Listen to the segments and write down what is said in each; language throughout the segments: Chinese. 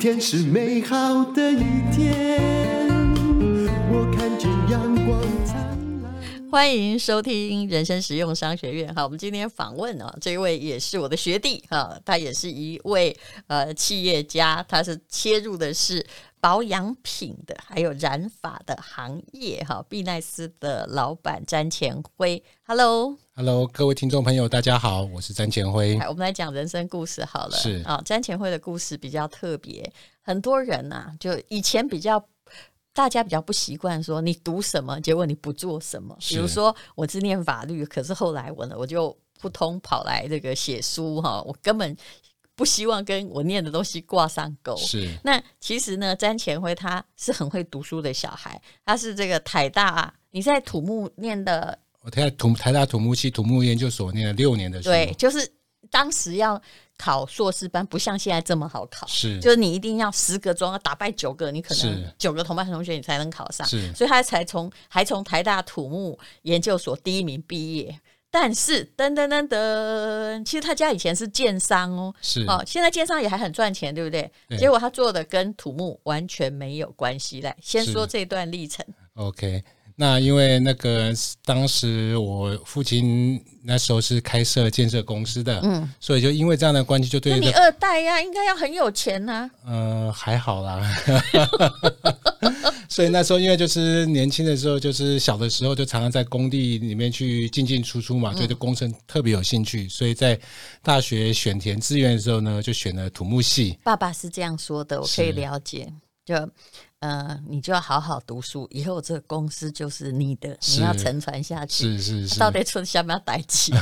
天是美好的一天，我看见阳光灿烂。欢迎收听人生实用商学院。好，我们今天访问啊，这位也是我的学弟哈，他也是一位呃企业家，他是切入的是保养品的，还有染发的行业哈。碧奈斯的老板詹前辉，Hello， Hello，各位听众朋友，大家好，我是詹前辉来，。我们来讲人生故事好了。是啊，詹前辉的故事比较特别，很多人呐、就以前比较。大家比较不习惯说你读什么，结果你不做什么。比如是说，我是念法律，可是后来我呢，我就扑通跑来这个写书哈，我根本不希望跟我念的东西挂上钩。是那其实呢，詹前辉他是很会读书的小孩，他是这个台大，啊你在土木念的我台土台大土木系土木研究所念了六年的书，对，就是当时要考硕士班，不像现在这么好考，是就是你一定要十个中要打败九个，你可能是九个同班同学你才能考上，是所以他才从还从台大土木研究所第一名毕业。但是噔噔噔噔，其实他家以前是建商哦，是哦，现在建商也还很赚钱，对不对？对结果他做的跟土木完全没有关系。来，先是说这段历程， OK。那因为那个当时我父亲那时候是开设建设公司的，嗯，所以就因为这样的关系，就那对这你二代呀、应该要很有钱呐、呃还好啦。 所以那时候因为就是年轻的时候，就是小的时候就常常在工地里面去进进出出嗯嘛，所以对工程特别有兴趣。所以在大学选填志愿的时候呢，就选了土木系。爸爸是这样说的，我可以是了解。就，呃，你就要好好读书，以后这个公司就是你的，你是要承传下去。是是是，到底存下面要逮 起？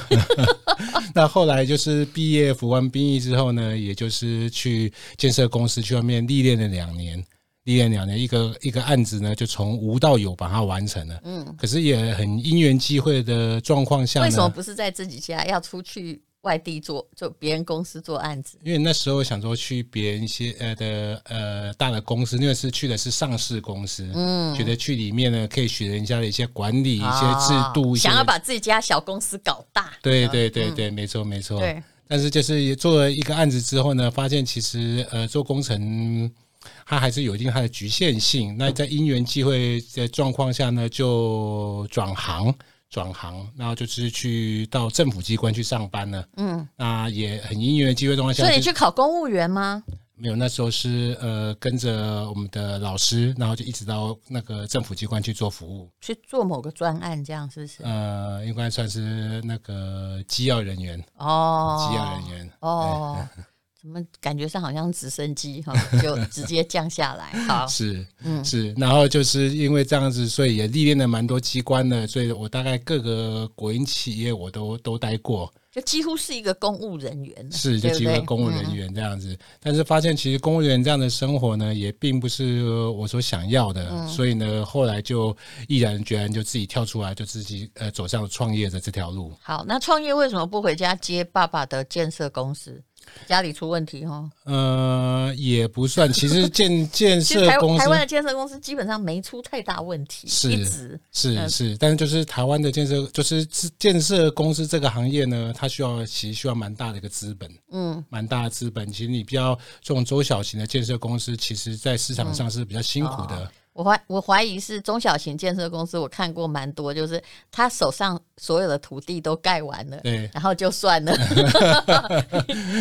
那后来就是毕业服完兵役之后呢，也就是去建设公司去外面历练了两年，历练两年，一个一个案子呢，就从无到有把它完成了。嗯，可是也很因缘际会的状况下呢，为什么不是在自己家，要出去外地做，就别人公司做案子？因为那时候想说去别人一些呃的呃大的公司，因为是去的是上市公司，嗯，觉得去里面呢可以学人家的一些管理、一些制度，啊一些想要把自己家小公司搞大。对对对对，没错没错，对，但是就是也做了一个案子之后呢，发现其实呃做工程它还是有一定它的局限嗯性。那在因缘际会的状况下呢，就转行。转行，然后就是去到政府机关去上班了。嗯，那也很因缘机会状况下，所以就你去考公务员吗？没有那时候是呃跟着我们的老师，然后就一直到那个政府机关去做服务。去做某个专案，这样是不是？呃，应该算是那个机要人员，哦，机要人哎员。哦，怎么感觉上好像直升机哈，就直接降下来？好， 是，是，然后就是因为这样子，所以也历练了蛮多机关的，所以我大概各个国营企业我都都待过，就几乎是一个公务人员了，是就对不几个对嗯公务人员这样子。但是发现其实公务员这样的生活呢，也并不是我所想要的，嗯所以呢，后来就毅然决然就自己跳出来，就自己呃走上创业的这条路。好，那创业为什么不回家接爸爸的建设公司？家里出问题哦。呃，也不算，其实 建建其实台设公司台湾的建设公司基本上没出太大问题，是一直是是，但是就是台湾的建设，就是自建设公司这个行业呢，它需要其实需要蛮大的一个资本，嗯，蛮大的资本。其实你比较这种中小型的建设公司，其实在市嗯场上是比较辛苦的。我怀我怀疑是中小型建设公司，我看过蛮多，就是他手上所有的土地都盖完了，对然后就算 了，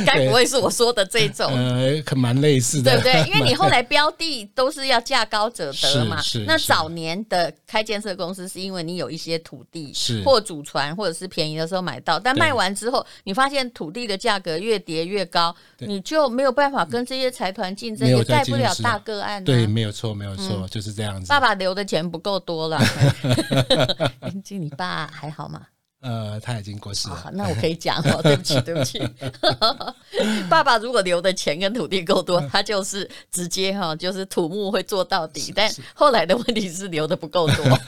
该不会是我说的这种？呃，可蛮类 似对的，不对？因为你后来标的都是要价高者得嘛是是。那是早年的开建设公司，是因为你有一些土地是或祖传，或者是便宜的时候买到，但对卖完之后，你发现土地的价格越跌越高，你就没有办法跟这些财团竞争，没有也再带不了竞争大个案、啊。对，没有错，没有错，就是这样子。嗯爸爸留的钱不够多 了。 经你爸还好吗？呃，他已经过世了。好，啊那我可以讲哦， 对 不起，对不起。爸爸如果留的钱跟土地够多，嗯他就是直接哈、就是土木会做到底。但后来的问题是留的不够 多。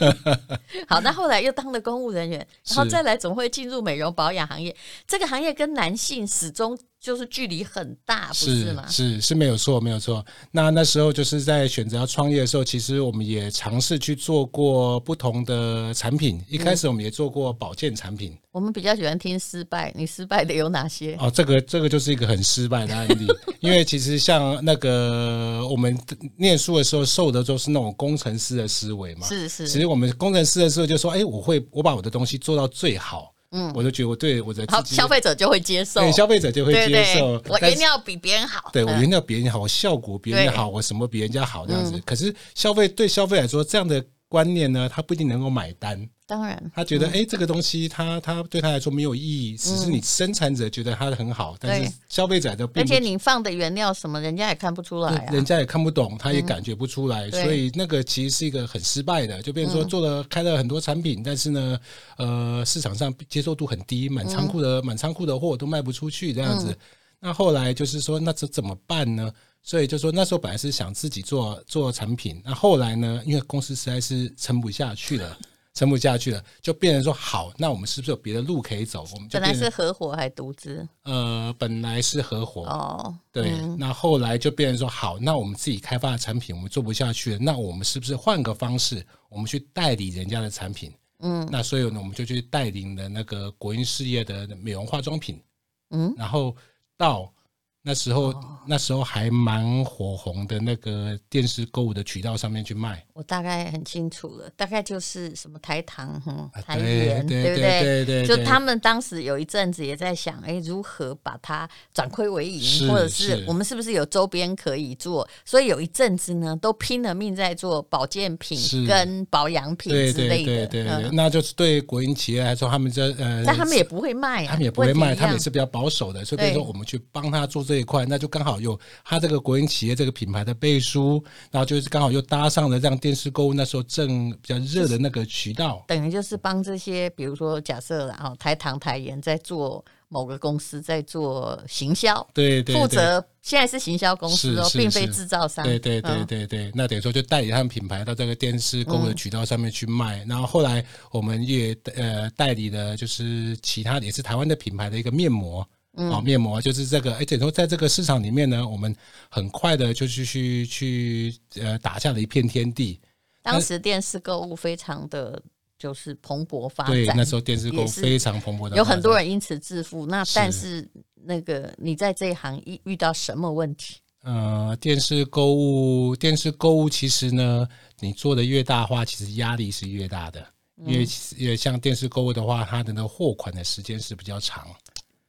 好，那后来又当了公务人员，然后是再来总会进入美容保养行业。这个行业跟男性始终就是距离很大，不是吗？是是没有错，没有错。那那时候就是在选择要创业的时候，其实我们也尝试去做过不同的产品。一开始我们也做过保健产品，我们比较喜欢听失败，你失败的有哪些？哦，这个这个就是一个很失败的案 例，因为其实像那个我们念书的时候受的都是那种工程师的思维嘛，是其是，实我们工程师的时候就说，哎，我会我把我的东西做到最好，嗯，我就觉得我对我的好，自己消费者就会接受，对消费者就会对接对受，，我但一是定要比别人好。对我嗯原料比人家好，我效果比人家好，我什么比人家好这样子。可是消费对消费来说，这样的观念呢，他不一定能够买单。当然，他觉得，哎、这个东西他他对他来说没有意义，只是你生产者觉得它很好，但嗯对是消费者都并而不且你放的原料什么，人家也看不出来啊嗯人。家也看不懂，他也感觉不出来，对所以那个其实是一个很失败的，就变嗯成说做了开了很多产品，但是呢，呃，市场上接受度很低，满嗯仓库的、满仓库的货都卖不出去这样子。那后来就是说，那这怎么办呢？所以就说那时候本来是想自己做做产品，那后来呢，因为公司实在是撑不下去 了。撑不下去了，就变成说好，那我们是不是有别的路可以走？我们就本来变成是合伙还独资呃，本来是合伙，哦，对，那后来就变成说，好，那我们自己开发的产品我们做不下去了，那我们是不是换个方式，我们去代理人家的产品？嗯，那所以呢，我们就去代理了那个国营事业的美容化妆品，嗯，然后到那时候、哦那时候还蛮火红的那个电视购物的渠道上面去卖，我大概很清楚了，大概就是什么台糖、哼啊台对盐，对对不对对就对他们当时有一阵子也在想，哎，如何把它转亏为盈，是或者是是我们是不是有周边可以做？所以有一阵子呢，都拼了命在做保健品是跟保养品对之对类对的，对对，嗯那就是对国营企业来说，他们这呃，但他们也不会卖啊，他们也不会卖，问题一他们样也是比较保守的，所以比如说对我们去帮他做这一块，那就刚好有他这个国营企业这个品牌的背书，然后就是刚好又搭上了让电视购物那时候正比较热的那个渠道。等于就是帮这些，比如说假设然后台糖、台盐在做某个公司在做行销，对对负对，责现在是行销公司哦，是是并非是制造商。对对对嗯对对，那等于说就代理他们品牌到这个电视购物的渠道上面去卖，然后后来我们也呃代理了就是其他的也是台湾的品牌的一个面膜。嗯哦，面膜就是这个，而且说在这个市场里面呢，我们很快的就去去去呃打下了一片天地。当时电视购物非常的就是蓬勃发对，展，那时候电视购也物是非常蓬勃的，有很多。人因此致富。那但是那个你在这一行遇遇到什么问题？呃，电视购物，电视购物其实呢，你做的越大化，其实压力是越大的，因嗯为其实因为像电视购物的话，它的那个货款的时间是比较长，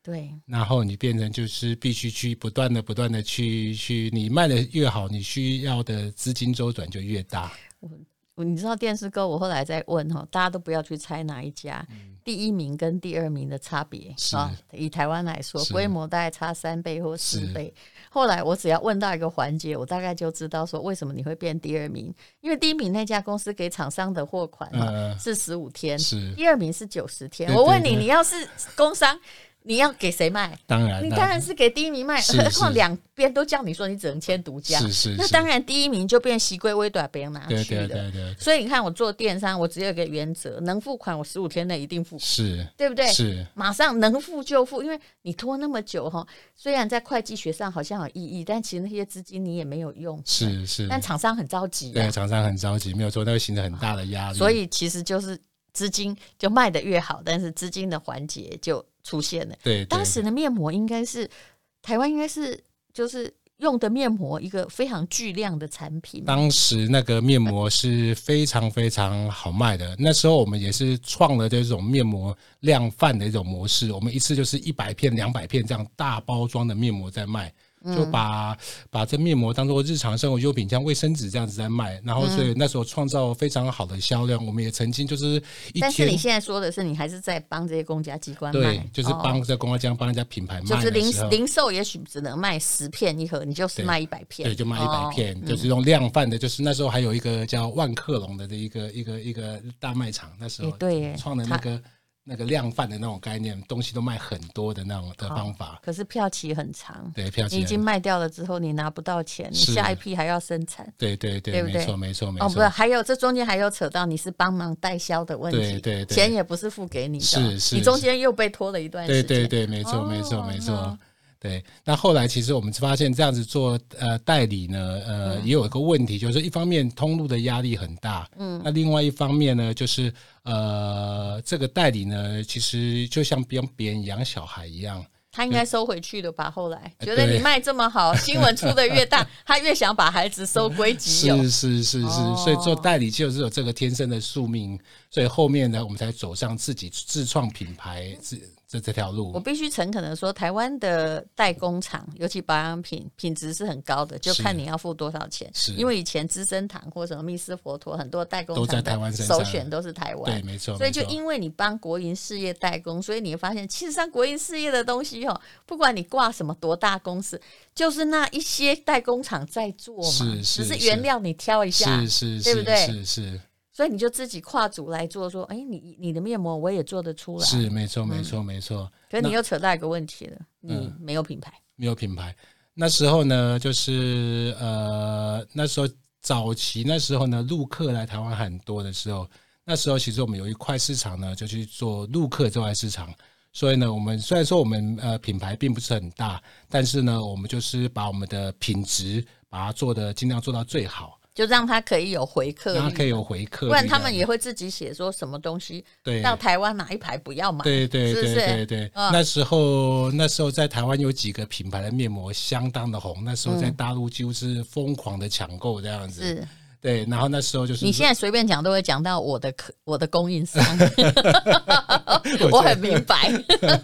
对，然后你变成就是必须去不断的、不断的去去，你卖的越好，你需要的资金周转就越大。你知道电视购物后来再问哈，大家都不要去猜哪一家，第一名跟第二名的差别嗯是啊，以台湾来说，是规模大概差三倍或四是倍。后来我只要问到一个环节，我大概就知道说为什么你会变第二名，因为第一名那家公司给厂商的货款哈呃，是十五天，是第二名是九十天。对我问对你，对你要是工商，你要给谁卖？当然，你嗯当然是给第一名卖，是何况是两边都叫你说你只能签独家，是是那是当然第一名就变习归微短，别人拿对去对对的。对，所以你看，我做电商，我只有一个原则：能付款，我十五天内一定付款，是对不对？是马上能付就付，因为你拖那么久哈，虽然在会计学上好像有意义，但其实那些资金你也没有用。是是，但厂商很着急、对啊，厂商很着急，没有做，那会形成很大的压力。所以其实就是资金就卖的越好，但是资金的环节就出现了。对，对当时的面膜应该是台湾应该是就是用的面膜一个非常巨量的产品嘛，当时那个面膜是非常非常好卖的，那时候我们也是创了这种面膜量贩的一种模式，我们一次就是一百片、两百片这样大包装的面膜在卖，嗯就把、把这面膜当做日常生活用品，像卫生纸这样子在卖。然后所嗯以那时候创造非常好的销量，我们也曾经就是一但是你天。现在说的是你还是在帮这些公家机关卖对，，就是哦帮在公关江帮人家品牌卖就的时是候，零零售也许只能卖十片一盒，你就是对卖一百片，对，就卖一哦百片，就是用量贩的，就是那时候还有一个叫万客隆的的一个一个一个大卖场，那时候哎对耶创的那个那个量贩的那种概念，东西都卖很多的那种的方法，可是票期很长，对，票你已价，经卖掉了之后，你拿不到钱，你是下一批还要生产。对对对对，不没对错没错没哦，不是，错，还有这中间还有扯到你是帮忙代销的问题，对对对钱也不是付给你的，是是你中间又被拖了一段时对间。对对，没错没错没哦错。对，那后来其实我们发现这样子做呃代理呢，呃、嗯也有一个问题，就是一方面通路的压力很大，嗯，那另外一方面呢，就是呃这个代理呢，其实就像别别人养小孩一样，他应该收回去的吧？后来呃觉得你对卖这么好，新闻出的越 大，他越想把孩子收归己有。是是是是，哦所以做代理就是有这个天生的宿命，所以后面呢，我们才走上自己自创品牌这这这条我路。必须诚恳的说，台湾的代工厂，尤其保养品，品质是很高的，就是看你要付多少钱。是因为以前资生堂或什么密斯佛陀，很多代工厂都在台湾的身上首选都是台湾。对，没错，所以就没错因为你帮国营事业代工，所以你会发现，其实上国营事业的东西哦，不管你挂什么多大公司，就是那一些代工厂在做嘛，是是只是原料你挑一下，是是对不是对是是所以你就自己跨组来做，说，哎，你你的面膜我也做得出来，是，没错嗯没错没错，可是你又扯到一个问题了，你嗯没有品牌，没有品牌。那时候呢，就是呃，那时候早期那时候呢，陆客来台湾很多的时候，那时候其实我们有一块市场呢，就去做陆客这块市场。所以呢，我们虽然说我们呃品牌并不是很大，但是呢，我们就是把我们的品质把它做的尽量做到最好，就让它可以有回客让它率，可以有回客率不这样。然他们也会自己写说什么东西对到台湾哪一排不要买，对对是不对是对对，嗯那时候那时候在台湾有几个品牌的面膜相当的红，那时候在大陆几乎是疯狂的抢购这样子。嗯是。对，然后那时候就是你现在随便讲都会讲到我的客我的供应商， 我我很明白。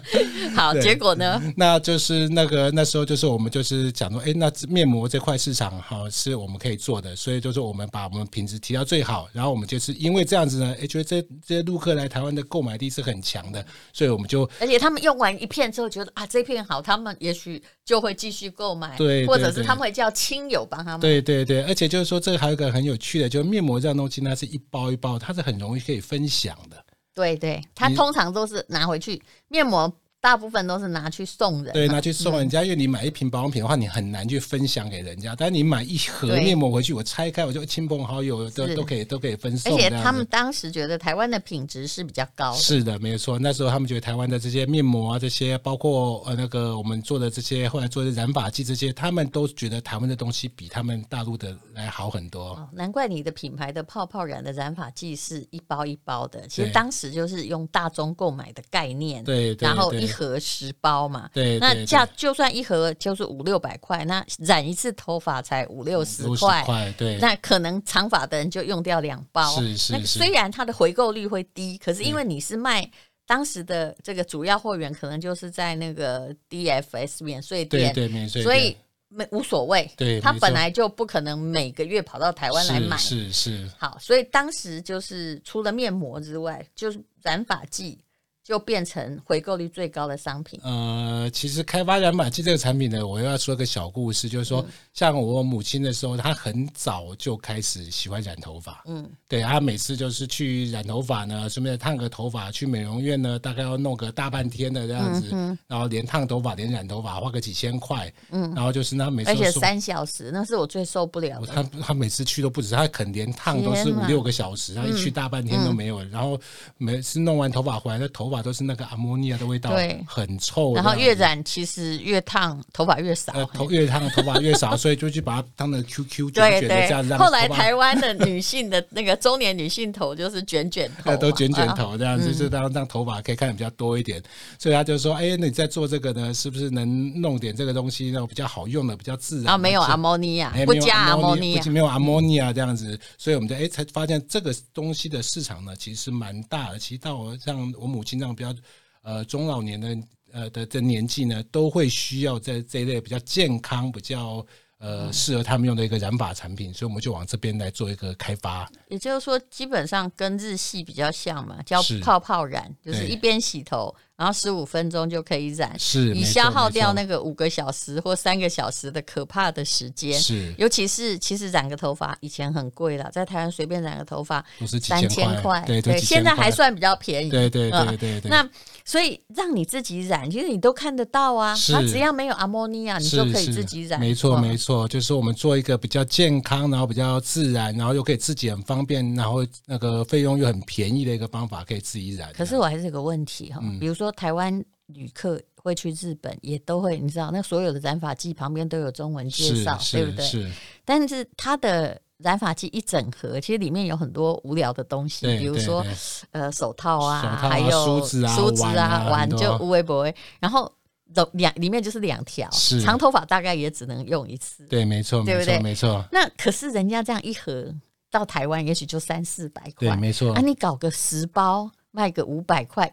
好，对结果呢？那就是那个那时候就是我们就是讲说，哎，那面膜这块市场好是我们可以做的，所以就是我们把我们品质提到最好，然后我们就是因为这样子呢，哎，觉得这这些陆客来台湾的购买力是很强的，所以我们就而且他们用完一片之后，觉得啊这片好，他们也许就会继续购买，对对或者是对他们会叫亲友帮他们。对对对，而且就是说这个还有一个很有趣的，就是面膜这样东西，它是一包一包，它是很容易可以分享的。对对，他你通常都是拿回去面膜，大部分都是拿去送人。对，拿去送嗯人家，因为你买一瓶保养品的话，你很难去分享给人家。但你买一盒对面膜回去，我拆开，我就亲朋好友都是都可以都可以分而送这且样子。他们当时觉得台湾的品质是比较高的，是的，没有错。那时候他们觉得台湾的这些面膜啊，这些包括呃那个我们做的这些，后来做的染发剂这些，他们都觉得台湾的东西比他们大陆的来好很多。哦，难怪你的品牌的泡泡染的染发剂是一包一包的，其实对当时就是用大宗购买的概念，对对然后对一盒十包嘛，对对那对价就算一盒就是五六百块，那染一次头发才五六十五十块。块，对，那可能长发的人就用掉两包，是是那个是虽然它的回购率会低，可是因为你是卖当时的这个主要货源，可能就是在那个 DFS 免税对店，对，免税店。所以没无所谓。对他没本错来就不可能每个月跑到台湾来买。是是是，好，所以当时就是除了面膜之外，就是染发剂就变成回购率最高的商品。呃，其实开发染发剂这个产品呢，我又要说个小故事，就是嗯说，像我母亲的时候，她很早就开始喜欢染头发，嗯，对，她每次就是去染头发呢，顺便烫个头发，去美容院呢，大概要弄个大半天的这样子，嗯然后连烫头发连染头发花个几千块，嗯，然后就是她每次而都且说。三小时，那是我最受不了的。他他每次去都不止，他肯连烫都是天五哪六个小时，他一嗯去大半天都没有。然后每次弄完头发回来，那头发都是那个阿莫尼亚的味道对，很臭。然后这样越子染其实越烫，头发越少。呃，头越烫头发越少，所以就去把它当成 QQ 卷对卷的这样子对，让后来头发台湾的女性的那个中年女性头就是卷卷头嘛，呃 都卷卷啊头这样子，就让让头发可以看得比较多一点。所以他就说：“哎，那你在做这个呢，是不是能弄点这个东西，让比较好用的、比较自然？”啊，没有这阿莫尼亚哎，不没有加阿莫 ammonia，尼不亚仅，没有阿莫尼亚这样子，所以我们就哎才发现这个东西的市场呢其实蛮大的。其实到我像我母亲这样比较呃中老年的呃的这年纪呢，都会需要在这一类比较健康、比较呃适合他们用的一个染发产品，所以我们就往这边来做一个开发。也就是说，基本上跟日系比较像嘛，叫是哎泡泡染，就是对一边洗头，然后十五分钟就可以染，是没你错消耗没错掉那个五个小时或三个小时的可怕的时间。是尤其是其实染个头发以前很贵啦，在台湾随便染个头发都是几三千块块，对都对，几现千在还块算比较便宜。对对嗯对对对，那所以让你自己染，其实你都看得到啊。是那只要没有阿莫尼亚，你是就可以是自己染。没错，嗯没错，就是我们做一个比较健康，然后比较自然，然后又可以自己很方便，然后那个费用又很便宜的一个方法，可以自己染。嗯可是我还是有个问题哈，比如说台湾旅客会会去日本，也都会你知道，那所有的染发剂旁边都有中文介是绍，对不是对？是，但是它的染发剂一整盒，其实里面有很多无聊的东西，对比如对说对呃手套啊，手套啊还有梳子啊梳子碗啊碗很多就无微不微，然后两两里面就是两条是，长头发大概也只能用一次。对，没错，对没不错，对没错，那可是人家这样一盒到台湾，也许就三四百对，块，没错啊，，你搞个十包卖个五百块，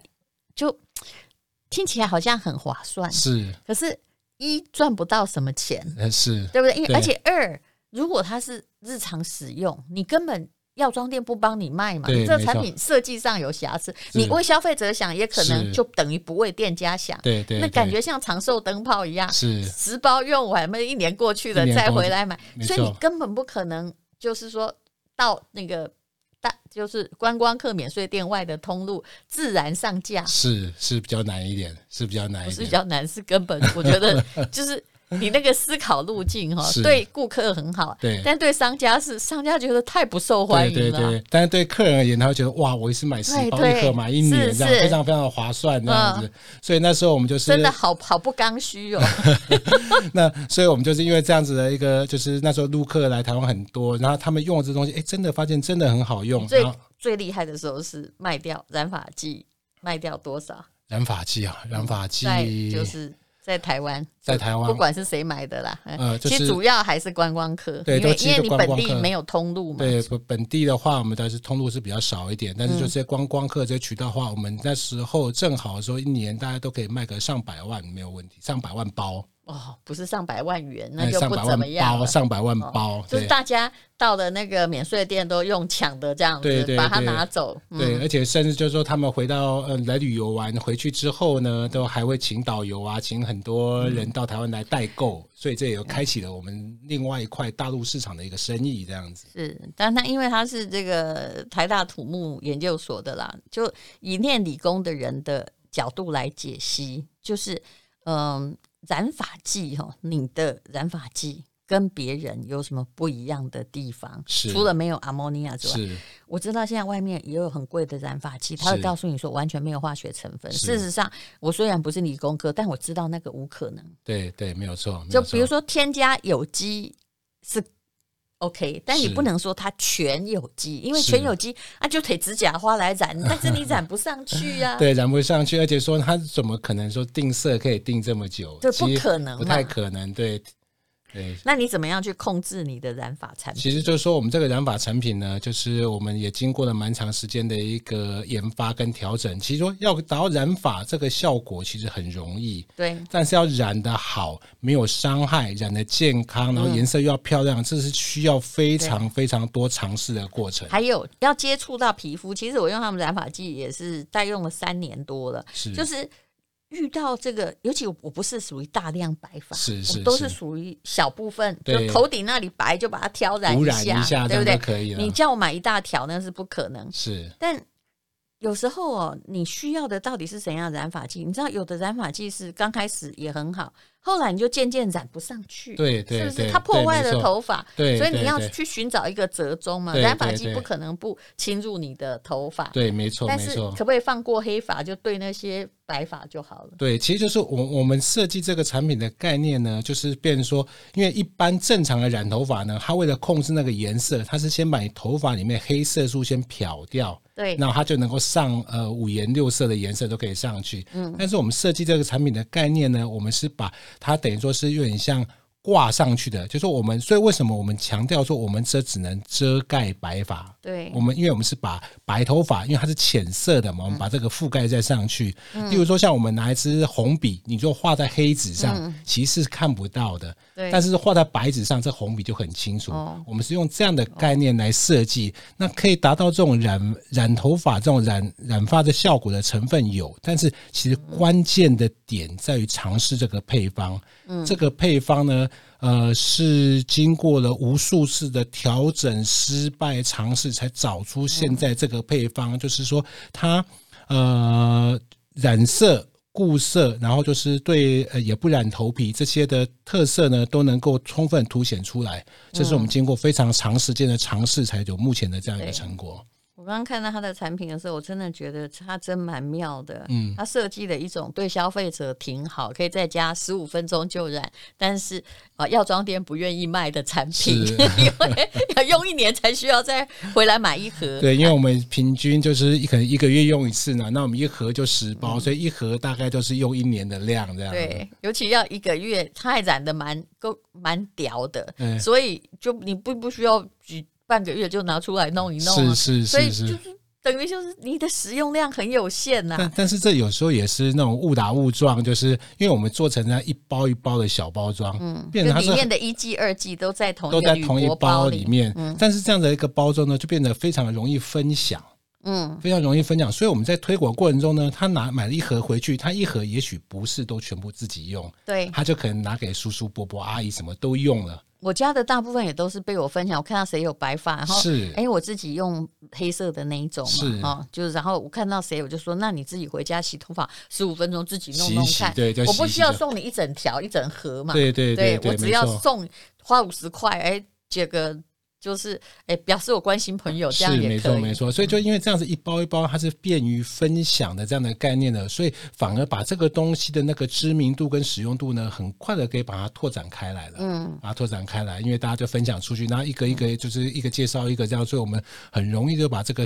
就听起来好像很划算，是可是一赚不到什么钱，呃是，对不对？因为对而且二，如果它是日常使用，你根本药妆店不帮你卖嘛，对你这个没产错品设计上有瑕疵，你为消费者想，也可能是就等于不为店家想，对对，那对感觉像长寿灯泡一样，是十包用完，那一年过去一了年过再去回来买，没所以你错根本不可能就是说到那个大就是观光客免税店外的通路自然上哎架，是是比较难一点，是比较难不一是比点，较难，是根本我觉得就是你那个思考路径哈，是对顾客很好，对但对商家是商家觉得太不受欢对迎对了。对，但是对客人而言，他会觉得哇，我一次买十对包，对一盒买一年，是这样是嗯非常非常的划算这样子。所以那时候我们就是真的好好不刚需 哦，那所以我们就是因为这样子的一个，就是那时候陆客来台湾很多，然后他们用了这东西，哎，真的发现真的很好用。最然后最厉害的时候是卖掉染发剂，卖掉多少？染发剂啊，染发剂在就是在台湾，在台湾不管是谁买的啦，啊哎呃就其实是主要还是观光客，对因为都其因实为你观本光地客没有通路嘛，对本本地的话，我们的是通路是比较少一点，但嗯是就是观光客这些渠道的话，我们那时候正好说一年大家都可以卖个上百万没有问题，上百万包，哦，不是上百万元，那哎就上不百怎万么样包，了。哦上百万包，就是对大家到了那个免税店都用抢的这样对子对把它对拿走，嗯对，而且甚至就是说，他们回到呃来旅游玩回去之后呢，都还会请导游啊，请很嗯多人到台湾来代购，所以这也有开启了我们另外一块大陆市场的一个生意，这样子。是，但他因为他是这个台大土木研究所的啦，就以念理工的人的角度来解析，就是嗯，染发剂哈、哦，你的染发剂跟别人有什么不一样的地方？是除了没有阿莫尼亚之外，是我知道现在外面也有很贵的染发剂，他会是告诉你说完全没有化学成分。是事实上，我虽然不是理工科，但我知道那个无可能。对对，没有错。没就有比如错说添加有机是 OK，但你是不能说它全有机，因为是全有机啊就得指甲花来 染，但是你染不上去呀、对，染不上去，而且说他怎么可能说定色可以定这么久？这其实不可能啊不嘛太可能。对，对，那你怎么样去控制你的染发产品？其实就是说，我们这个染发产品呢，就是我们也经过了蛮长时间的一个研发跟调整。其实说要达到染发这个效果，其实很容易，对，但是要染得好，没有伤害，染得健康，然后嗯颜色又要漂亮，这是需要非常非常多尝试的过程。还有要接触到皮肤，其实我用他们染发剂也是大概用了三年多了，是就是。遇到这个，尤其我我不是属于大量白发，是是我都是是属于小部分，就对头顶那里白就把它挑染污一染下，一下对这不对样就？可以了你叫我买一大条，那是不可能。是但有时候哦，你需要的到底是怎样的染发剂？你知道，有的染发剂是刚开始也很好，后来你就渐渐染不上去，对对是不是？对它破对坏没了错头发，对所以你对要对去寻找一个折中嘛。对染发对剂对不可能不侵入你的头发，对，没错，但哦没是错。可不可以放过黑发，就对那些白发就好了？对，其实就是我我们设计这个产品的概念呢，就是变成说，因为一般正常的染头发呢，它为了控制那个颜色，它是先把你头发里面黑色素先漂掉，对，然后它就能够上呃五颜六色的颜色都可以上去。嗯，但是我们设计这个产品的概念呢，我们是把它等于说是有点像。挂上去的，就是我们，所以为什么我们强调说我们这只能遮盖白发，对我们因为我们是把白头发，因为它是浅色的嘛，我们把这个覆盖再上去。例如说，像我们拿一支红笔，你就画在黑纸上，其实是看不到的。对但是画在白纸上，这红笔就很清楚。我们是用这样的概念来设计，那可以达到这种染染头发这种染染发的效果的成分有，但是其实关键的点在于尝试这个配方。这个配方呢，呃，是经过了无数次的调整、失败、尝试，才找出现在这个配方。就是说，它呃染色、固色，然后就是对呃也不染头皮这些的特色呢，都能够充分嗯凸显出来。这是我们经过非常长时间的尝试，才有目前的这样一个对成果。我刚刚看到他的产品的时候，我真的觉得他真蛮妙的。嗯他设计的一种对消费者挺好，可以在家十五分钟就染，但是啊、呃药妆店不愿意卖的产品，是 因为要用一年才需要再回来买一盒。对，因为我们平均就是一可能一个月用一次呢，那我们一盒就十包，所以一盒大概就是用一年的量这样。，嗯对，尤其要一个月，他还染的蛮够蛮屌的，嗯所以就你不不需要几半个月就拿出来弄一弄啊，是是所以是。就是是等于就是你的使用量很有限呐、但但是这有时候也是那种误打误撞，就是因为我们做成那一包一包的小包装，嗯，变就成它里是面的一季、二季都在同一都个在铝同一箔包里。里面，但是这样的一个包装呢，就变得非常的容易分享。嗯，非常容易分享，所以我们在推广过程中呢，他拿买了一盒回去，他一盒也许不是都全部自己用，对，他就可能拿给叔叔、伯伯、阿姨什么都用了。我家的大部分也都是被我分享，我看到谁有白发，然后是哎，我自己用黑色的那一种是嘛，哦，就是然后我看到谁，我就说，那你自己回家洗头发十五分钟，自己弄洗一弄洗看。对就我洗不一洗需要就送你一整条一整盒嘛，对对对我只没要错，送花五十块，哎，这个就是哎表示我关心朋友，这样是也没可错以。没错。所以就因为这样子一包一包，它是便于分享的这样的概念呢，所以反而把这个东西的那个知名度跟使用度呢，很快的可以把它拓展开来了。嗯，把它拓展开来，因为大家就分享出去，然后一个一个就是一个介绍一个这样，所以我们很容易就把这个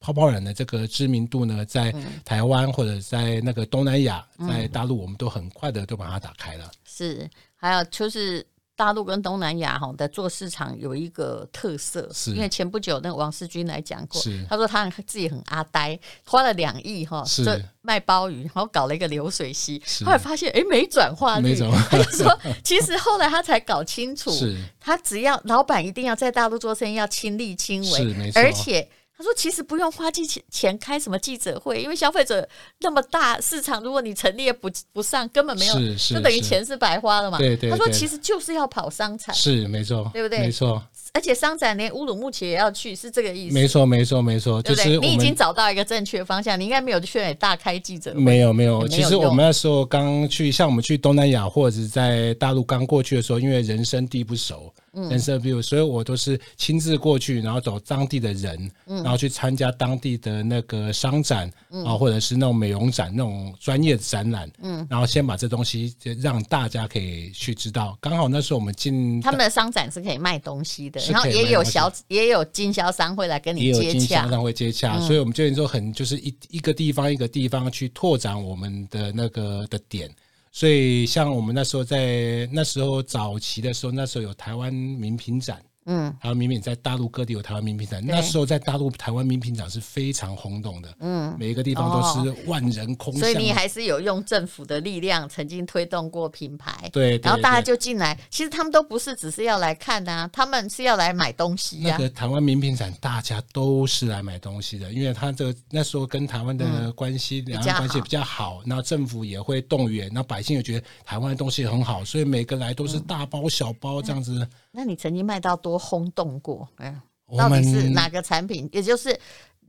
泡泡染的这个知名度呢，在嗯台湾或者在那个东南亚，在大陆，我们都很快的就把它打开了。是，还有就是大陆跟东南亚哈的做市场有一个特色，是因为前不久那个王世军来讲过是，他说他很自己很阿呆，花了两亿哈，是就卖鲍鱼，然后搞了一个流水席，是后来发现哎没转化没率转化，他就说其实后来他才搞清 楚，是他只要老板一定要在大陆做生意要亲力亲是没为，错而且。他说：“其实不用花钱钱开什么记者会，因为消费者那么大，市场如果你陈列不不上，根本没有是是就等于是钱是白花了嘛。对对他说对其实就是要跑商场，是没错，对不对没错，而且商展连乌鲁木齐也要去，是这个意思，没错，没错，没错，对就不是对？我你已经们。找到一个正确方向，你应该没有去那里大开记者会，没有没有，也没其有实我用们那时候刚去，像我们去东南亚或者是在大陆刚过去的时候，因为人生地不熟，嗯人生地不熟，所以我都是亲自过去，然后找当地的人，嗯然后去参加当地的那个商展啊，或者是那种美容展那种专业展览，嗯，然后先把这东西就让大家可以去知道。刚好那时候我们进他们的商展是可以卖东西的，是然后可以也卖有东西小也有经销商会来跟也你有接经洽嗯销，商会接洽，所以我们就能说很就是一一个地方一个地方去拓展我们的那个的点。所以像我们那时候在那时候早期的时候，那时候有台湾名品展，嗯，台湾名品在大陆各地有台湾名品展，对那时候在大陆台湾名品展是非常轰动的，嗯，每一个地方都是万人空巷，哦所以你还是有用政府的力量曾经推动过品牌，对对然后大家对就进来，其实他们都不是只是要来看啊，他们是要来买东西啊呀、那个台湾名品展，大家都是来买东西的，因为他这个那时候跟台湾的关系，两嗯较岸关系好比较好，那政府也会动员，那百姓也觉得台湾的东西很好，所以每个来都是大包小包这样子。那你曾经卖到多轰动过？嗯，我到底们是哪个产品？也就是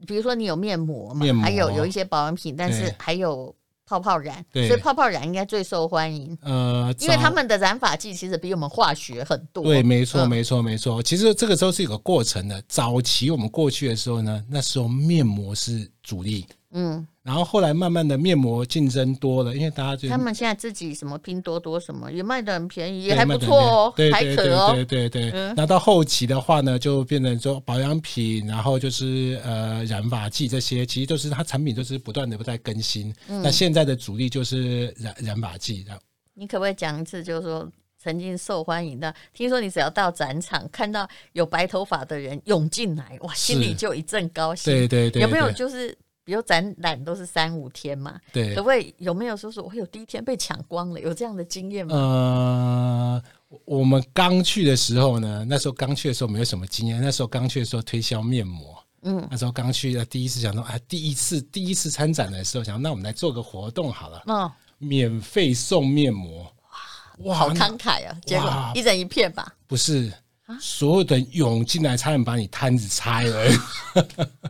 比如说你有面膜嘛，面膜啊还有有一些保养品，但是对还有泡泡染，所对以泡泡染应该最受欢迎，呃，因为早他们的染发剂其实比我们化学很多。对，没错，嗯没错，没错。其实这个时候是有个过程的。早期我们过去的时候呢，那时候面膜是主力，嗯，然后后来慢慢的面膜竞争多了，因为大家就他们现在自己什么拼多多什么也卖的很便宜，也对还不错哦，对还对可哦对。对对嗯对。那到后期的话呢，就变成说保养品，然后就是呃染发剂这些，其实都是它产品就是不断的在更新。嗯那现在的主力就是染染发剂，然后你可不可以讲一次，就是说曾经受欢迎的？听说你只要到展场看到有白头发的人涌进来，哇，心里是就一阵高兴。对对对，有没有对就是，比如展览都是三五天嘛，对可不可以有没有说是我有第一天被抢光了，有这样的经验吗？呃，我们刚去的时候呢，那时候刚去的时候没有什么经验，那时候刚去的时候推销面膜。嗯，那时候刚去，第一次想说，啊，第一次第一次参展的时候，想那我们来做个活动好了，嗯，免费送面膜。哇，好那慷慨啊！结果哇一人一片吧，不是，啊所有的人涌进来，差点把你摊子拆 了，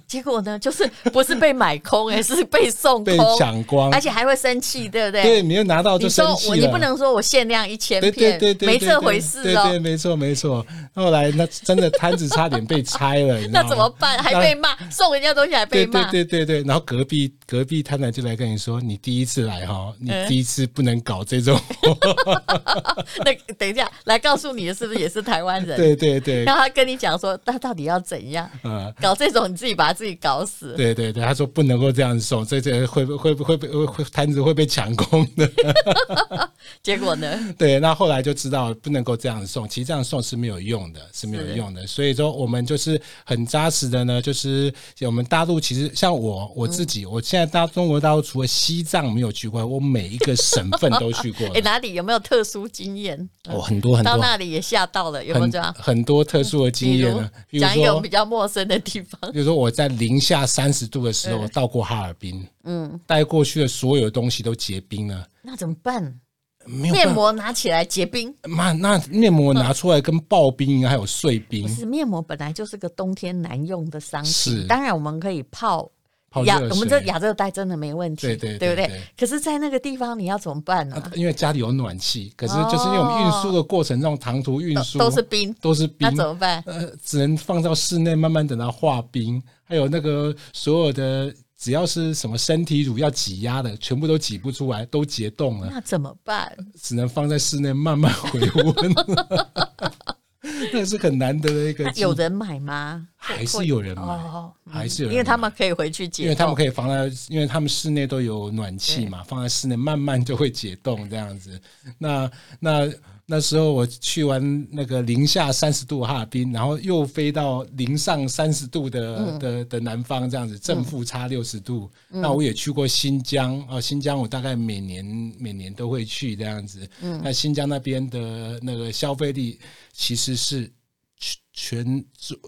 结果呢，就是不是被买空、哎，是被送被空，抢光而。且还会生气，对不对？对，没有拿到就你生说气我，了。你不能说我限量一千对片，对对对，没对这对回事对哦。对，没错没错。后来那真的摊子差点被拆了，你知道 那吗怎么办？还被骂，送人家东西还被对骂对，对对对，然后隔壁隔壁摊贩就来跟你说，你第一次来哈，你嗯第一次不能搞这种， 那等一下来告诉你的是不是也是台湾人？对对 对，让他跟你讲说，他到底要怎 样呃，搞这种，你自己把自己搞死。对对对，他说不能够这样送，这这会不会不会会会摊子会被抢空的。结果 呢，对，那后来就知道不能够这样送，其实这样送是没有用的，是没有用的。所以说，我们就是很扎实的呢，就是我们大陆其实像我我嗯自己，我现在大中国大陆除了西藏没有去过，我每一个省份都去过了 哎，哪里有没有特殊经验？哦，很多很到多那里也吓到了，有没有很这样？很多特殊的经嗯比验如呢，比如讲一个说比。较陌生的地方， 比如说我在零下三十度的时候，嗯我到过哈尔滨，嗯，带过去的所有东西都结冰了，那怎么办？没有办面法膜嗯拿起来结冰，妈，那面膜拿出来跟刨冰啊一样，还有碎冰不，是面膜本来就是个冬天难用的商品，是当然我们可以泡泡亚热水。我们这亚热带真的没问题，对对不对对对？可是，在那个地方你要怎么办呢、啊因为家里有暖气，可是就是因为我们运输的过程中，长途运输哦都都是冰，都是冰那，怎么办？呃，只能放到室内慢慢等它化冰。还有那个所有的只要是什么身体乳要挤压的，全部都挤不出来，都结冻了，那怎么办？只能放在室内慢慢回温。 那是很难得的一个那经，啊有人买吗？还是有人买，哦，还是有人因为他买们可以回去解冻，因为他们可以放在，因为他们室内都有暖气嘛，放在室内慢慢就会解冻这样子。那那那时候我去完那个零下三十度哈尔滨，然后又飞到零上三十度的、嗯的的南方这样子，正负差六十度。那我也去过新疆啊、哦新疆我大概每年每年都会去这样子。嗯那新疆那边的那个消费力其实是全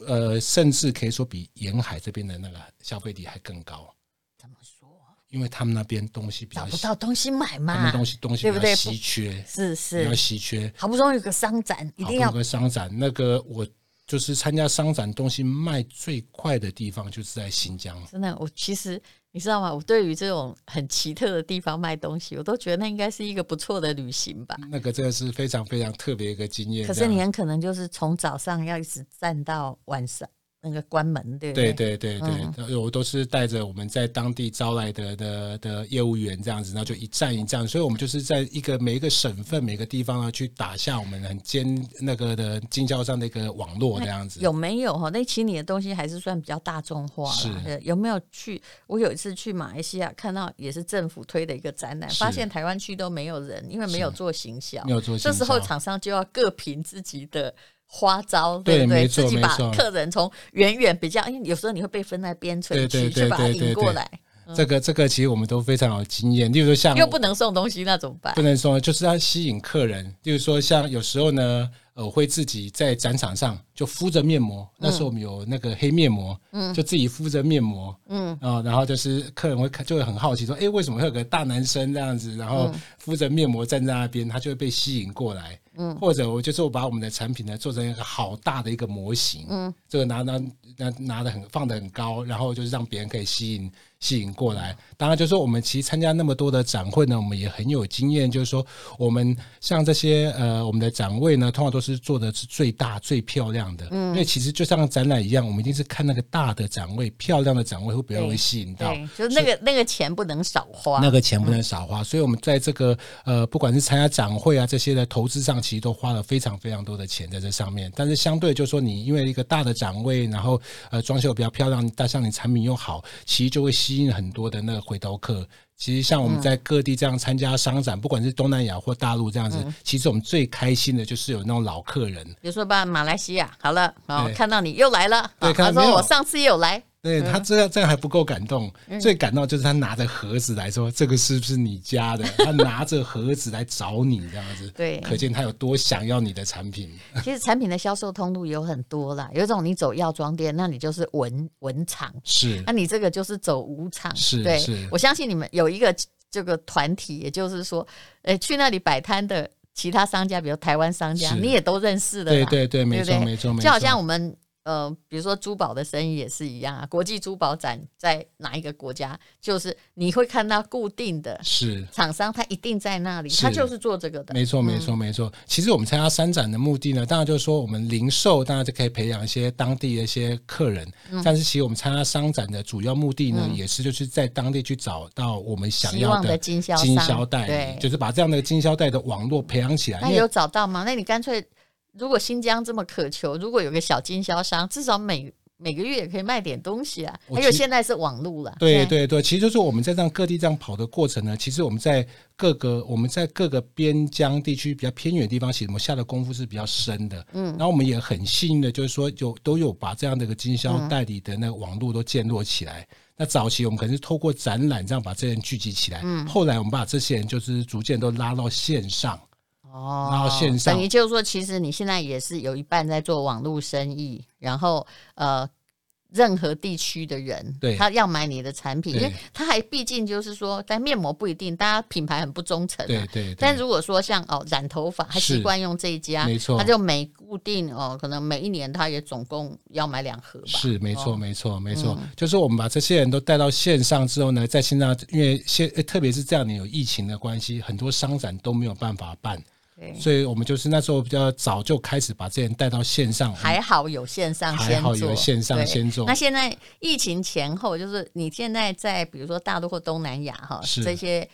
呃，甚至可以说比沿海这边的那个消费力还更高，怎么说？因为他们那边东西比找较不稀，到东西买他嘛们，东西东西对不比对较稀缺，是比较是，稀缺。好不容易有个商展，一好定要多个商展，那个我就是参加商展，东西卖最快的地方就是在新疆。真的，我其实你知道吗？我对于这种很奇特的地方卖东西，我都觉得那应该是一个不错的旅行吧。那个真的是非常非常特别一个经验。可这是样你很可能就是从早上要一直站到晚上，那个关门，对不对对？嗯对对对，我都是带着我们在当地招来的的的业务员这样子，然后就一站一站，所以我们就是在一个每一个省份、每个地方啊呢，去打下我们很坚那个的经销商的一个网络这样子。有没有哈？那其实你的东西还是算比较大众化是啦。呃有没有去？我有一次去马来西亚，看到也是政府推的一个展览，发现台湾区都没有人，因为没有做行销。没有做这行时候销厂商就要各凭自己的花招，对不对？没错自己把没错客人从远远比较，因为有时候你会被分在边陲对区，对去对把它对引对过对来，这个这个其实我们都非常有经验，例如说像又不能送东西，那怎么办不？能说就是要吸引客人，例如说像有时候呢，呃，我会自己在展场上就敷着面膜，那时候我们有那个黑面膜，嗯，就自己敷着面膜，嗯，啊、然后就是客人会看就会很好奇说，诶，哎为什么会有个大男生这样子，然后敷着面膜站在那边，他就会被吸引过来，嗯，或者我就是我把我们的产品呢做成一个好大的一个模型，嗯，这个拿拿拿拿的很放的很高，然后就是让别人可以吸引吸引过来。当然，就是说我们其实参加那么多的展会呢，我们也很有经验。就是说，我们像这些呃，我们的展位呢，通常都是做的是最大、最漂亮的。嗯，因为其实就像展览一样，我们一定是看那个大的展位、漂亮的展位会比较会吸引到。对，就是那个那个钱不能少花。那个钱不能少花，所以我们在这个呃，不管是参加展会啊这些的投资上，其实都花了非常非常多的钱在这上面。但是相对就是说，你因为一个大的展位，然后呃装修比较漂亮，加上你产品又好，其实就会吸引很多的那个回头客。其实像我们嗯在各地这样参加商展，不管是东南亚或大陆这样子，嗯其实我们最开心的就是有那种老客人，比如说吧，马来西亚好了，哦，对看到你又来了，对哦看到没他说有我上次也有 来，对他这样这样还不够感动，嗯最感动就是他拿着盒子来说：“这个是不是你家 的？”他拿着盒子来找你这样子，对可见他有多想要你的产品。其实产品的销售通路有很多啦，有一种你走药妆店，那你就是文文场，是那、你这个就是走舞场。是对是我相信你们有一个这个团体，也就是说，呃，去那里摆摊的其他商家，比如台湾商家，是你也都认识的啦。对对对，没对错不对没错没错，就好像我们呃，比如说珠宝的生意也是一样啊，国际珠宝展在哪一个国家，就是你会看到固定的是厂商，他一定在那里，是他就是做这个的。没错，没嗯错，没错。其实我们参加三展的目的呢，当然就是说我们零售，当然就可以培养一些当地的一些客人。嗯但是其实我们参加商展的主要目的呢，也是就是在当地去找到我们想希要望的经销商经销代对理，就是把这样的经销代理的网络培养起来。那因为有找到吗？那你干脆，如果新疆这么渴求，如果有个小经销商，至少每每个月也可以卖点东西啊。我还有其现在是网络了，对对对，其实就是我们在这样各地这样跑的过程呢，其实我们在各个我们在各个边疆地区比较偏远的地方，其实我们下的功夫是比较深的。嗯，然后我们也很幸运的，就是说有都有把这样的一个经销代理的那个网络都建立起来。那早期我们可能是透过展览这样把这些人聚集起来，嗯，后来我们把这些人就是逐渐都拉到线上，哦，然后线上等于就是说，其实你现在也是有一半在做网络生意，然后呃，任何地区的人，对他要买你的产品，因对为他还毕竟就是说，但面膜不一定，大家品牌很不忠诚、啊，对对对，但如果说像哦染头发，他是习惯用这一家，没错他就每固定哦，可能每一年他也总共要买两盒吧。哦嗯是，没错，没错，没错，就是我们把这些人都带到线上之后呢，在线上，因为现呃特别是这两年有疫情的关系，很多商展都没有办法办，对，所以我们就是那时候比较早就开始把这些人带到线上。还好有线上还先好做，有线上对先做那现在疫情前后，就是你现在在比如说大陆或东南亚哈，是这些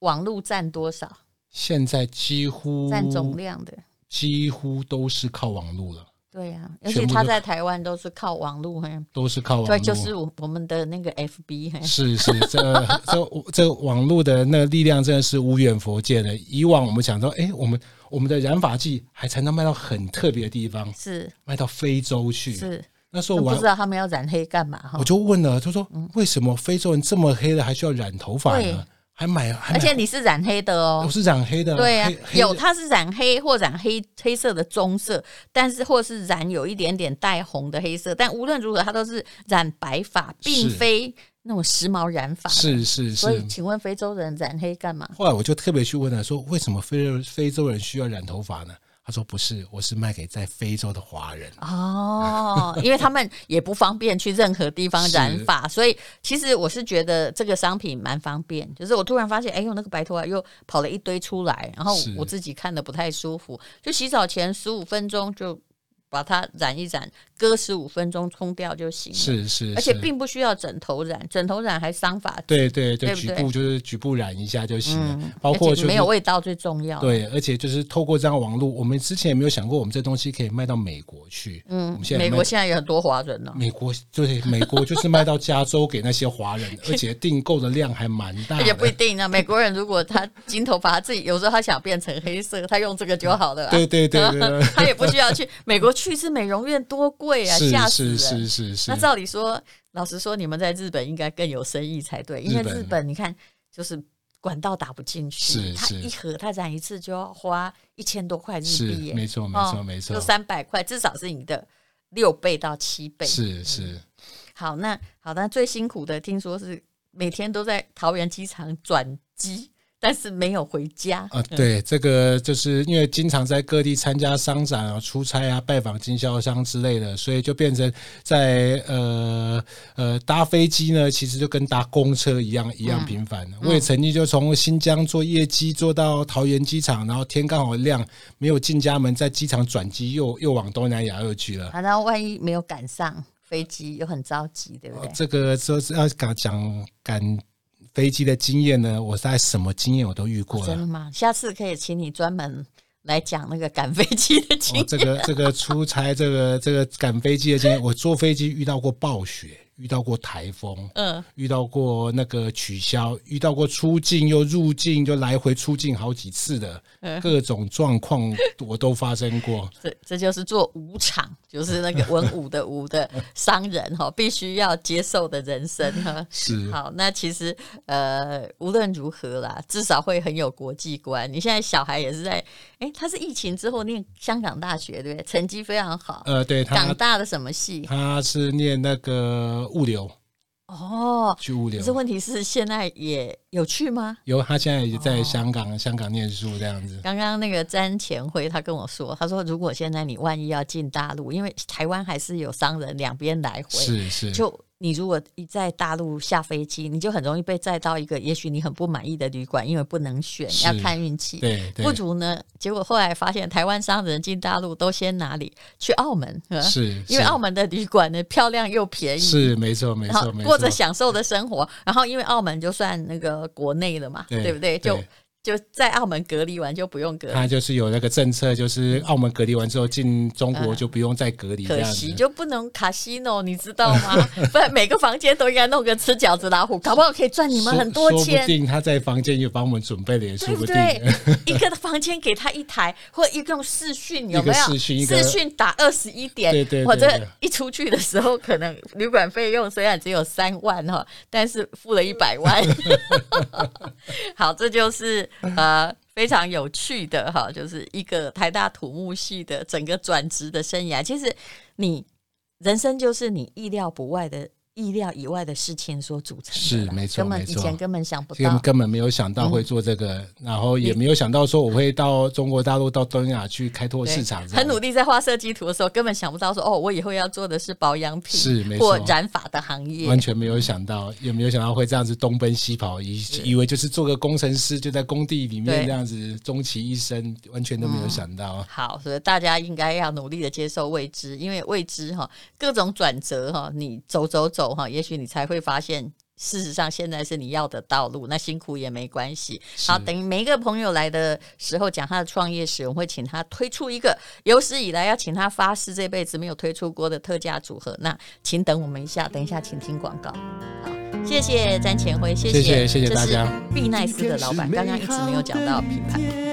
网络占多少？现在几乎占总量的？几乎都是靠网络了，对啊呀、而全且部他都在台湾都是靠网络，嘿，都是靠网络。对，就是我我们的那个 FB，嘿，是是，这这这网络的那个力量真的是无远佛界的。以往我们想说，哎，我们我们的染发剂还才能卖到很特别的地方，是卖到非洲去。是，那时候都我不还知道他们要染黑干嘛哈我。就问了，他说为什么非洲人这么黑了还需要染头发对呢？还买，还买而且你是染黑的哦我，是染黑的，对啊黑，黑有的它是染黑或染黑黑色的棕色，但是或是染有一点点带红的黑色，但无论如何，它都是染白发，并是非那种时髦染发。，是是所以是。请问非洲人染黑干嘛？后来我就特别去问了，说为什么非洲非洲人需要染头发呢？他说不是，我是卖给在非洲的华嗯人。哦，因为他们也不方便去任何地方染发，所以其实我是觉得这个商品蛮方便。就是我突然发现，哎呦，那个白头发又跑了一堆出来，然后是我自己看的不太舒服，就洗澡前十五分钟就把它染一染，搁十五分钟冲掉就行了。是是，而且是并不需要枕头染，枕头染还伤发质，对对对对，不局对部就是局部染一下就行嗯了，，包括而就且是没有味道最重要。，对，而且就是透过这样网络，我们之前也没有想过我们这东西可以卖到美国去。嗯，我嗯们现，在美卖国现在有很多华人呢、哦美国对美国就是卖到加州给那些华 人，而且订购的量还蛮大也不一的。定啊，美国人如果他金头发，他自己有时候他想变成黑色，他用这个就好了、啊。对对对对 对他也不需要去美国去一次美容院多贵啊，是吓死是人！是是是那，照理说，老实说，你们在日本应该更有生意才对，因为日本日本你看就是管道打不进去，是它是一盒它染一次就要花一千多块日是币耶，没错没哦错没错就三百块，至少是你的六倍到七倍。是是好，那好，那最辛苦的听说是每天都在桃园机场转机，但是没有回家。啊，对，这个就是因为经常在各地参加商展啊、出差啊、拜访经销商之类的，所以就变成在呃呃搭飞机呢，其实就跟搭公车一样一样频繁。我也曾经就从新疆坐夜机坐到桃园机场，然后天刚好亮，没有进家门，在机场转机又又往东南亚又去了。啊，然后万一没有赶上飞机，又很着急，对不对？这个说是要讲讲赶飞机的经验呢，我在什么经验我都遇过哦真了。的吗？下次可以请你专门来讲那个赶飞机的经哦，验。这个这 个出差，这个这个赶飞机的经验，我坐飞机遇到过暴雪，遇到过台风，嗯，遇到过那个取消，遇到过出境又入境，就来回出境好几次的，嗯各种状况我都发生 过。这这就是做武场，就是那个文武的武的商人哈，必须要接受的人生哈。是好，那其实呃，无论如何啦，至少会很有国际观。你现在小孩也是在，诶，他是疫情之后念香港大学，对不对？成绩非常好，呃，对港他大的什么系？他是念那个物流，哦，去物流这。问题是现在也有趣吗？有，他现在也在哦香港，香港念书这样子。刚刚那个詹前辉他跟我说，他说如果现在你万一要进大陆，因为台湾还是有商人两边来回，是是，就你如果一在大陆下飞机，你就很容易被载到一个也许你很不满意的旅馆，因为不能选，是要看运气。对对不，足呢，结果后来发现台湾商人进大陆都先哪里去澳门，呵是因是为澳门的旅馆呢漂亮又便宜，是没错没然后错没错，过着享受的生活。然后因为澳门就算那个国内了嘛，对不对？就就在澳门隔离完就不用隔离，他就是有那个政策，就是澳门隔离完之后进中国嗯就不用再隔离这可样惜子。就不能卡西诺，你知道吗？ 不然每个房间都应该弄个吃饺子老虎，搞不好可以赚你们说很多说钱不。定他在房间也帮我们准备了，也说对不定。对？一个房间给他一台，或一个用视讯，有一没有？个视讯一个打二十一点，对对对我这对一出去的时候，可能旅馆费用虽然只有三万哈，但是付了一百 万。好，这就是呃。非常有趣的哈，就是一个台大土木系的整个转职的生涯。其实你人生就是你意料不外的、意料以外的事情所组成的啦，是没错根本没以错前根本想不根到本。根本没有想到会做这个，嗯然后也没有想到说我会到中国大陆到东亚去开拓对市场，很努。力在画设计图的时候，根本想不到说哦，我以后要做的是保养品是没错或染发的行业完。全没有想到，也没有想到会这样子东奔西跑，以以为就是做个工程师，就在工地里面对嗯这样子终其一生，完全都没有想到。好，所以大家应该要努力的接受未知，因为未知哈，各种转折哈，你走走走哈，也许你才会发现，事实上现在是你要的道路，那辛苦也没关系。是好，等每一个朋友来的时候讲他的创业史，我们会请他推出一个有史以来要请他发誓这辈子没有推出过的特价组合。那请等我们一下，等一下请听广告。好，谢谢詹前辉，谢谢谢谢谢这大是家必奈斯的老板，刚刚一直没有讲到品牌。今天是美好的一天